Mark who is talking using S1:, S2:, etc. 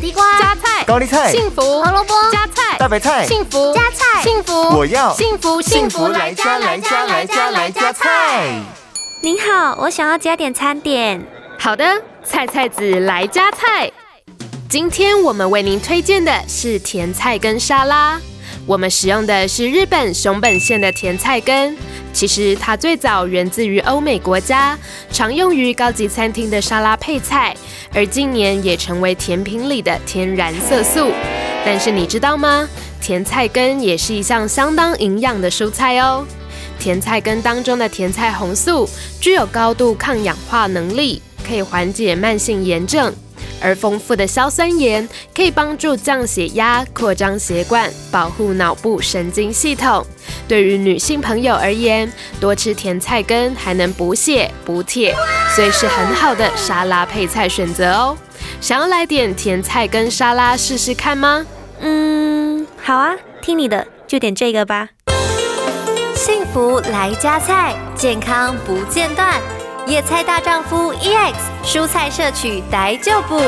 S1: 地瓜、
S2: 加菜、
S3: 高丽菜、
S2: 幸福、
S1: 胡萝卜、
S2: 加菜、
S3: 大白菜、
S2: 幸福、
S1: 加菜
S2: 幸福，
S3: 我要
S2: 幸福
S3: 幸福来家来家来家来家菜。
S4: 您好，我想要加点餐点。
S2: 好的，菜菜子来加菜。今天我们为您推荐的是甜菜根沙拉。我们使用的是日本熊本县的甜菜根，其实它最早源自于欧美国家，常用于高级餐厅的沙拉配菜，而近年也成为甜品里的天然色素。但是你知道吗？甜菜根也是一项相当营养的蔬菜哦。甜菜根当中的甜菜红素具有高度抗氧化能力，可以缓解慢性炎症。而丰富的硝酸盐可以帮助降血压、扩张血管、保护脑部神经系统。对于女性朋友而言，多吃甜菜根还能补血补铁，所以是很好的沙拉配菜选择哦。想要来点甜菜根沙拉试试看吗？
S4: 嗯，好啊，听你的，就点这个吧。
S1: 幸福来加菜，健康
S4: E
S1: 不间断。野菜大丈夫 EX 蔬菜摄取逮就补。